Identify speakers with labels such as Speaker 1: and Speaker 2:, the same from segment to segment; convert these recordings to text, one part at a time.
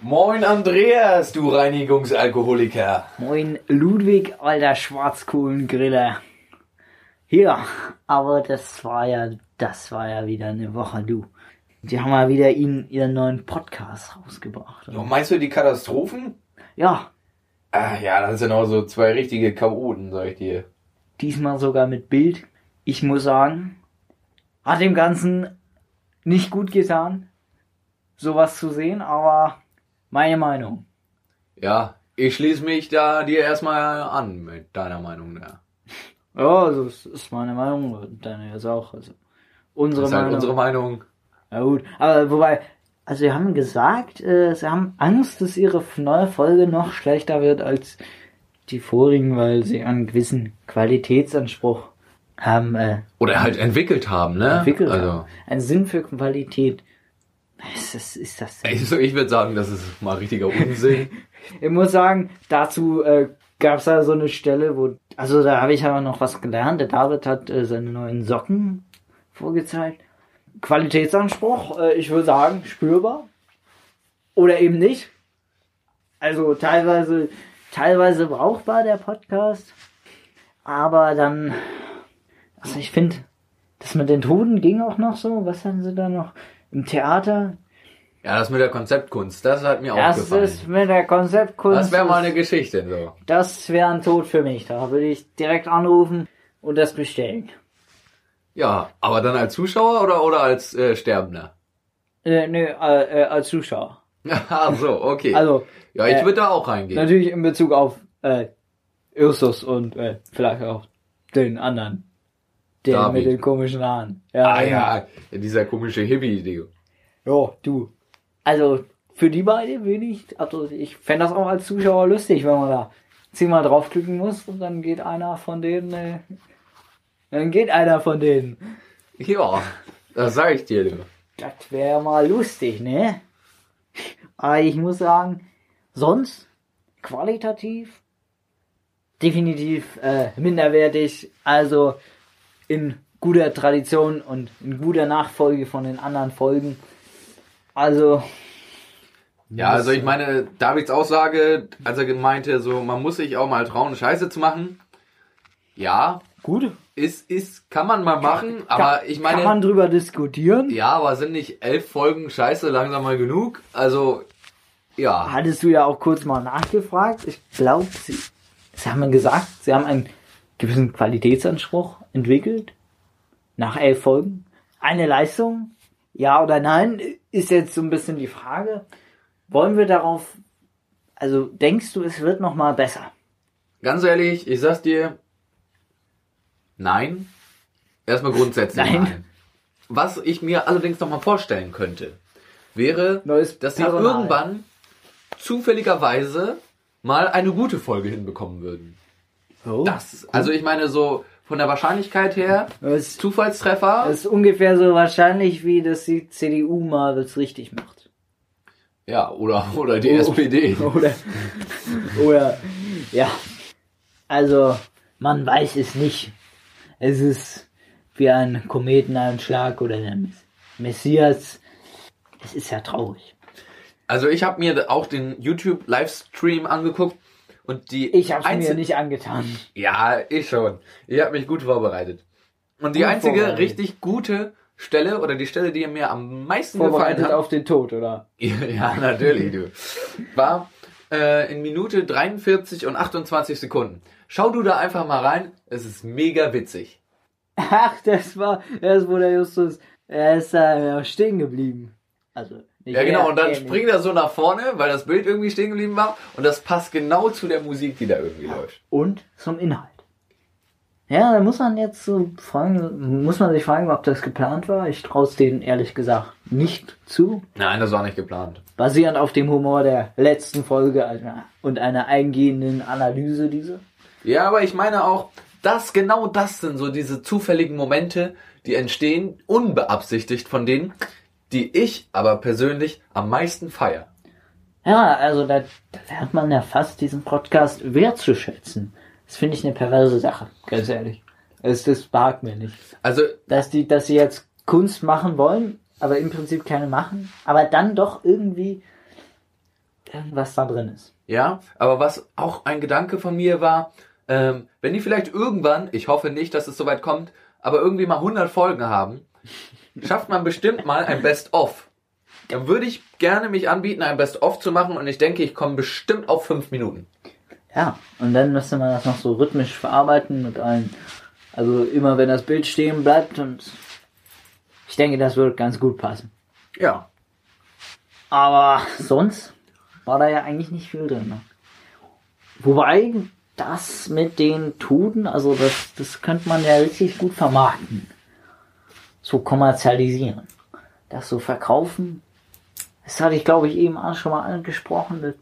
Speaker 1: Moin Andreas, du Reinigungsalkoholiker.
Speaker 2: Moin Ludwig, alter Schwarzkohlengriller. Ja, aber das war ja, das war ja wieder eine Woche, du. Die haben ja wieder ihren, ihren neuen Podcast rausgebracht.
Speaker 1: Oh, Meinst du die Katastrophen?
Speaker 2: Ja,
Speaker 1: Ah ja, das sind auch so zwei richtige Chaoten, sag ich dir.
Speaker 2: diesmal sogar mit Bild. Ich muss sagen, hat dem Ganzen nicht gut getan, sowas zu sehen, aber meine Meinung.
Speaker 1: Ja, ich schließe mich da dir erstmal an mit deiner Meinung da.
Speaker 2: Ja, also, das ist meine Meinung, deine ist auch. Also, unsere
Speaker 1: Das ist halt
Speaker 2: Meinung.
Speaker 1: unsere Meinung.
Speaker 2: Na gut, aber wobei, also sie haben gesagt, äh, sie haben Angst, dass ihre f- neue Folge noch schlechter wird als die vorigen, weil sie einen gewissen Qualitätsanspruch haben, äh,
Speaker 1: Oder halt entwickelt haben, ne?
Speaker 2: entwickelt
Speaker 1: Also,
Speaker 2: haben. Einen Sinn für Qualität. Ist das, ist das denn?
Speaker 1: also ich würde sagen, das ist mal richtiger Unsinn.
Speaker 2: Ich muss sagen, dazu äh, gab es da so eine Stelle, wo, also da habe ich aber noch was gelernt. Der David hat äh, seine neuen Socken vorgezeigt. Qualitätsanspruch, äh, ich würde sagen, spürbar. Oder eben nicht. Also teilweise, teilweise brauchbar der Podcast. Aber dann, also ich finde, das mit den Toten ging auch noch so. Was haben sie da noch? Im Theater?
Speaker 1: ja, das mit der Konzeptkunst, das hat mir auch
Speaker 2: Das
Speaker 1: gefallen.
Speaker 2: ist mit der Konzeptkunst.
Speaker 1: Das wäre mal eine
Speaker 2: ist-
Speaker 1: Geschichte so.
Speaker 2: das wäre ein Tod für mich. Da würde ich direkt anrufen und das bestellen.
Speaker 1: Ja, aber dann als Zuschauer oder, oder als äh, Sterbender?
Speaker 2: Äh, nö, äh, äh, als Zuschauer.
Speaker 1: Ach so, okay.
Speaker 2: Also,
Speaker 1: ja, ich
Speaker 2: äh,
Speaker 1: würde da auch reingehen.
Speaker 2: natürlich in Bezug auf äh, Ursus und äh, vielleicht auch den anderen. Den
Speaker 1: David.
Speaker 2: mit den komischen Haaren. Ja,
Speaker 1: Ah
Speaker 2: genau.
Speaker 1: ja, dieser komische Hippie-Ding.
Speaker 2: Jo, du. Also, für die beiden bin ich, also ich fände das auch als Zuschauer lustig, wenn man da zehnmal draufklicken muss und dann geht einer von denen, äh, dann geht einer von denen.
Speaker 1: Ja, das sag ich dir. Du.
Speaker 2: Das wäre mal lustig, ne? Aber ich muss sagen, sonst qualitativ definitiv äh, minderwertig. Also in guter Tradition und in guter Nachfolge von den anderen Folgen. Also
Speaker 1: Ja, also ich meine, Davids Aussage, als er meinte, so, man muss sich auch mal trauen, Scheiße zu machen. Ja,
Speaker 2: gut.
Speaker 1: ist, ist, kann man mal machen, aber ich
Speaker 2: kann man
Speaker 1: meine,
Speaker 2: drüber diskutieren.
Speaker 1: ja, aber sind nicht elf Folgen Scheiße langsam mal genug? Also, ja.
Speaker 2: Hattest du ja auch kurz mal nachgefragt. Ich glaube, sie, sie haben mir gesagt, sie haben einen gewissen Qualitätsanspruch entwickelt. Nach elf Folgen. Eine Leistung, ja oder nein, ist jetzt so ein bisschen die Frage. Wollen wir darauf, also denkst du, es wird nochmal besser?
Speaker 1: Ganz ehrlich, ich sag's dir, nein. Erstmal grundsätzlich
Speaker 2: Nein.
Speaker 1: nein. Was ich mir allerdings nochmal vorstellen könnte, wäre,
Speaker 2: Neues
Speaker 1: dass sie
Speaker 2: Personal.
Speaker 1: irgendwann zufälligerweise mal eine gute Folge hinbekommen würden.
Speaker 2: So.
Speaker 1: Das, also ich meine so von der Wahrscheinlichkeit her,
Speaker 2: Das-
Speaker 1: Zufallstreffer,
Speaker 2: Das ist ungefähr so wahrscheinlich, wie dass die CDU mal was richtig macht.
Speaker 1: ja oder oder die
Speaker 2: Oh.
Speaker 1: SPD.
Speaker 2: Oder, oder, ja. Also, man weiß es nicht. Es ist wie ein Kometeneinschlag oder der Mess- Messias. Es ist ja traurig.
Speaker 1: Also ich habe mir auch den YouTube Livestream angeguckt und die
Speaker 2: Ich habe mir
Speaker 1: einzel-
Speaker 2: nicht angetan.
Speaker 1: Ja, ich schon. Ich habe mich gut vorbereitet. Und die
Speaker 2: Gut
Speaker 1: einzige
Speaker 2: vorbereitet.
Speaker 1: richtig gute Stelle oder die Stelle, die mir am meisten gefallen hat,
Speaker 2: den Tod, oder?
Speaker 1: Ja, natürlich, du. War äh, in Minute 43 und 28 Sekunden. Schau du da einfach mal rein, es ist mega witzig.
Speaker 2: Ach, das war, das wo der Justus, er ist da stehen geblieben. Also, nicht
Speaker 1: Ja, genau,
Speaker 2: er,
Speaker 1: und dann
Speaker 2: er
Speaker 1: springt er so nach vorne, weil das Bild irgendwie stehen geblieben war und das passt genau zu der Musik, die da irgendwie läuft.
Speaker 2: und zum Inhalt. Ja, da muss man jetzt so fragen, muss man sich fragen, ob das geplant war. Ich traue es denen ehrlich gesagt nicht zu.
Speaker 1: Nein, das war nicht geplant.
Speaker 2: Basierend auf dem Humor der letzten Folge einer- und einer eingehenden Analyse dieser.
Speaker 1: Ja, aber ich meine auch, das, genau das sind so diese zufälligen Momente, die entstehen, unbeabsichtigt von denen, die ich aber persönlich am meisten feier.
Speaker 2: Ja, also da, da lernt man ja fast diesen Podcast wertzuschätzen. Das finde ich eine perverse Sache, ganz ehrlich. Es, das behagt mir nicht.
Speaker 1: Also,
Speaker 2: dass die, dass sie jetzt Kunst machen wollen, aber im Prinzip keine machen, aber dann doch irgendwie irgendwas da drin ist.
Speaker 1: Ja, aber was auch ein Gedanke von mir war, ähm, wenn die vielleicht irgendwann, ich hoffe nicht, dass es soweit kommt, aber irgendwie mal 100 Folgen haben, schafft man bestimmt mal ein Best-of. Dann würde ich gerne mich anbieten, ein Best-of zu machen und ich denke, ich komme bestimmt auf 5 Minuten.
Speaker 2: Ja, und dann müsste man das noch so rhythmisch verarbeiten mit einem. Also immer wenn das Bild stehen bleibt und ich denke, das wird ganz gut passen.
Speaker 1: Ja.
Speaker 2: Aber sonst war da ja eigentlich nicht viel drin. Ne? Wobei das mit den Tuden, also das, das könnte man ja richtig gut vermarkten. So kommerzialisieren. Das so verkaufen. Das hatte ich, glaube ich, eben auch schon mal angesprochen. Das-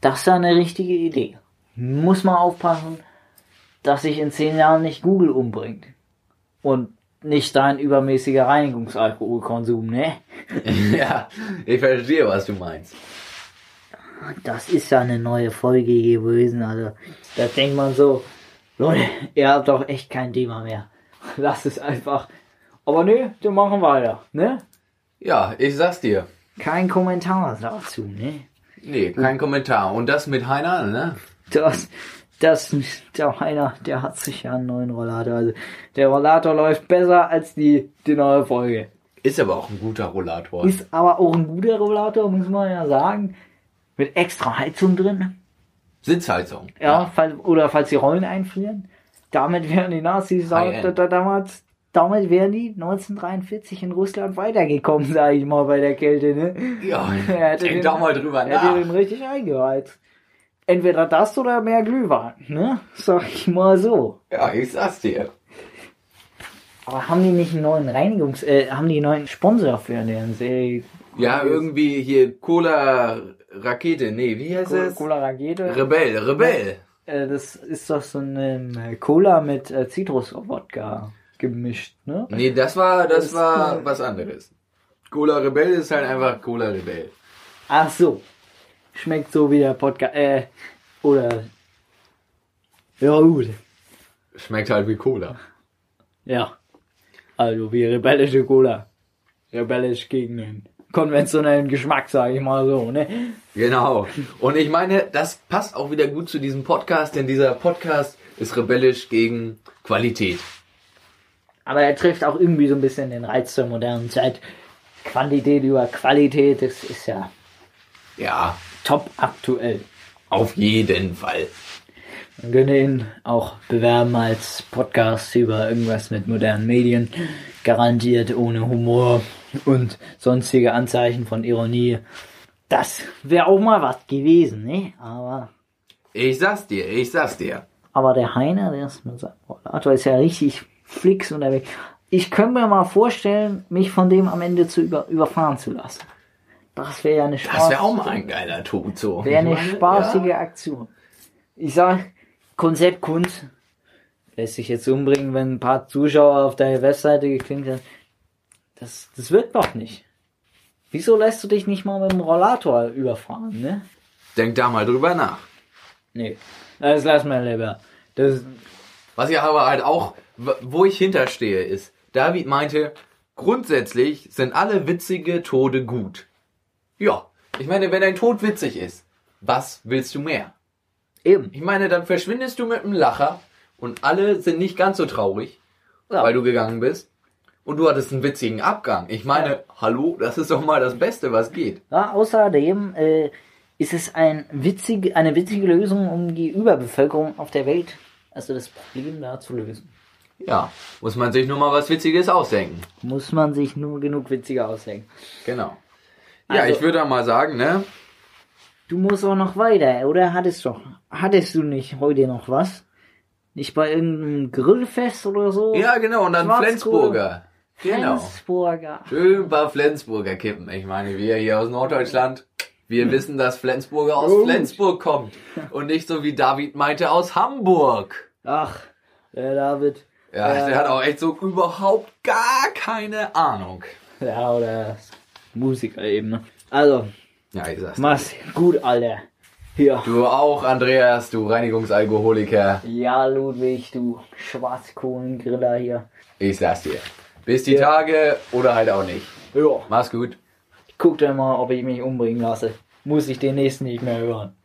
Speaker 2: Das ist ja eine richtige Idee. Muss man aufpassen, dass sich in zehn Jahren nicht Google umbringt. Und nicht dein übermäßiger Reinigungsalkoholkonsum, ne?
Speaker 1: ja, ich verstehe, was du meinst.
Speaker 2: Das ist ja eine neue Folge gewesen. Also, da denkt man so, Leute, ihr habt doch echt kein Thema mehr. Lasst es einfach. Aber nee, wir machen weiter, ne?
Speaker 1: Ja, ich sag's dir.
Speaker 2: Kein Kommentar dazu, ne?
Speaker 1: Nee, kein Kommentar. Und das mit Heiner, ne?
Speaker 2: Das, das, der Heiner, der hat sich ja einen neuen Rollator. Also, der Rollator läuft besser als die, die neue Folge.
Speaker 1: Ist aber auch ein guter Rollator.
Speaker 2: Ist aber auch ein guter Rollator, muss man ja sagen. Mit extra Heizung drin.
Speaker 1: Sitzheizung.
Speaker 2: Ja, fall, oder falls die Rollen einfrieren. Damit wären die Nazis da,
Speaker 1: High-end.
Speaker 2: da, da, damals, damit wären die 1943 in Russland weitergekommen, sage ich mal, bei der Kälte, ne?
Speaker 1: Ja,
Speaker 2: Er hätte
Speaker 1: denk
Speaker 2: den-
Speaker 1: doch mal drüber
Speaker 2: Er hätte den
Speaker 1: nach.
Speaker 2: richtig eingeheizt. Entweder das oder mehr Glühwein, ne? Sag ich mal so.
Speaker 1: Ja, ich sag's dir.
Speaker 2: Aber haben die nicht einen neuen Reinigungs-, äh, haben die einen neuen Sponsor für deren Serie?
Speaker 1: Ja, irgendwie hier Cola Rakete. Nee, wie heißt
Speaker 2: Cola,
Speaker 1: es?
Speaker 2: Cola Rakete.
Speaker 1: Rebell, Rebell.
Speaker 2: Äh, das ist doch so eine Cola mit äh, Zitrus-Wodka gemischt, ne?
Speaker 1: Nee, das war, das
Speaker 2: Das-
Speaker 1: war was anderes. Cola Rebell ist halt einfach Cola Rebell.
Speaker 2: Ach so. Schmeckt so wie der Podcast. Äh, oder. Ja, gut.
Speaker 1: Schmeckt halt wie Cola.
Speaker 2: Ja. Also wie rebellische Cola. Rebellisch gegen den konventionellen Geschmack, sage ich mal so, ne?
Speaker 1: Genau. Und ich meine, das passt auch wieder gut zu diesem Podcast, denn dieser Podcast ist rebellisch gegen Qualität.
Speaker 2: Aber er trifft auch irgendwie so ein bisschen den Reiz der modernen Zeit. Quantität über Qualität, das ist ja
Speaker 1: Ja,
Speaker 2: top aktuell.
Speaker 1: auf jeden Fall.
Speaker 2: Man könnte ihn auch bewerben als Podcast über irgendwas mit modernen Medien, garantiert ohne Humor und sonstige Anzeichen von Ironie. Das wäre auch mal was gewesen, ne? Aber,
Speaker 1: Ich sag's dir, ich sag's dir.
Speaker 2: aber der Heiner, der ist mit seinem Rollator, ist ja richtig flix unterwegs. Ich könnte mir mal vorstellen, mich von dem am Ende zu über, überfahren zu lassen. Das wäre ja eine Spaß.
Speaker 1: Das wäre auch mal ein geiler Tod, so.
Speaker 2: Wäre eine
Speaker 1: Ich meine,
Speaker 2: spaßige
Speaker 1: Ja.
Speaker 2: Aktion. Ich sag, Konzept Kunst lässt sich jetzt umbringen, wenn ein paar Zuschauer auf deine Webseite geklinkt haben. Das, das wird doch nicht. Wieso lässt du dich nicht mal mit dem Rollator überfahren, ne?
Speaker 1: Denk da mal drüber nach.
Speaker 2: Nee. Das lassen wir lieber. Das,
Speaker 1: Was ich aber halt auch, w- wo ich hinterstehe, ist, David meinte, grundsätzlich sind alle witzige Tode gut. Ja, ich meine, wenn ein Tod witzig ist, was willst du mehr?
Speaker 2: eben.
Speaker 1: Ich meine, dann verschwindest du mit einem Lacher und alle sind nicht ganz so traurig,
Speaker 2: Ja.
Speaker 1: weil du gegangen bist und du hattest einen witzigen Abgang. Ich meine, hallo, das ist doch mal das Beste, was geht.
Speaker 2: Ja, außerdem äh, ist es ein witzig, eine witzige Lösung, um die Überbevölkerung auf der Welt, also das Problem da zu lösen.
Speaker 1: Ja, muss man sich nur mal was Witziges ausdenken.
Speaker 2: Muss man sich nur genug witziger ausdenken.
Speaker 1: Genau. Ja,
Speaker 2: Also-
Speaker 1: ich würde mal sagen, ne?
Speaker 2: Du musst auch noch weiter, oder? Hattest doch. Hattest du nicht heute noch was? Nicht bei irgendeinem Grillfest oder so?
Speaker 1: Ja, genau, und dann
Speaker 2: Schwarzkohle.
Speaker 1: Flensburger. Genau.
Speaker 2: Flensburger.
Speaker 1: Schön ein paar Flensburger kippen. Ich meine, wir hier aus Norddeutschland, wir wissen, dass Flensburger aus
Speaker 2: Hm. Gut.
Speaker 1: Flensburg kommt. Und nicht so wie David meinte, aus Hamburg.
Speaker 2: Ach, der David.
Speaker 1: Ja,
Speaker 2: Ja.
Speaker 1: der hat auch echt so überhaupt gar keine Ahnung.
Speaker 2: Ja, oder Musiker eben. ne? Also,
Speaker 1: Ja, ich sag's. dir.
Speaker 2: mach's gut, Alter. Hier.
Speaker 1: Du auch, Andreas, du Reinigungsalkoholiker.
Speaker 2: Ja, Ludwig, du Schwarzkohlengriller hier.
Speaker 1: Ich sag's dir. Bis die
Speaker 2: Ja.
Speaker 1: Tage oder halt auch nicht.
Speaker 2: Ja.
Speaker 1: Mach's gut.
Speaker 2: Guck dir mal, ob ich mich umbringen lasse. muss ich den nächsten nicht mehr hören.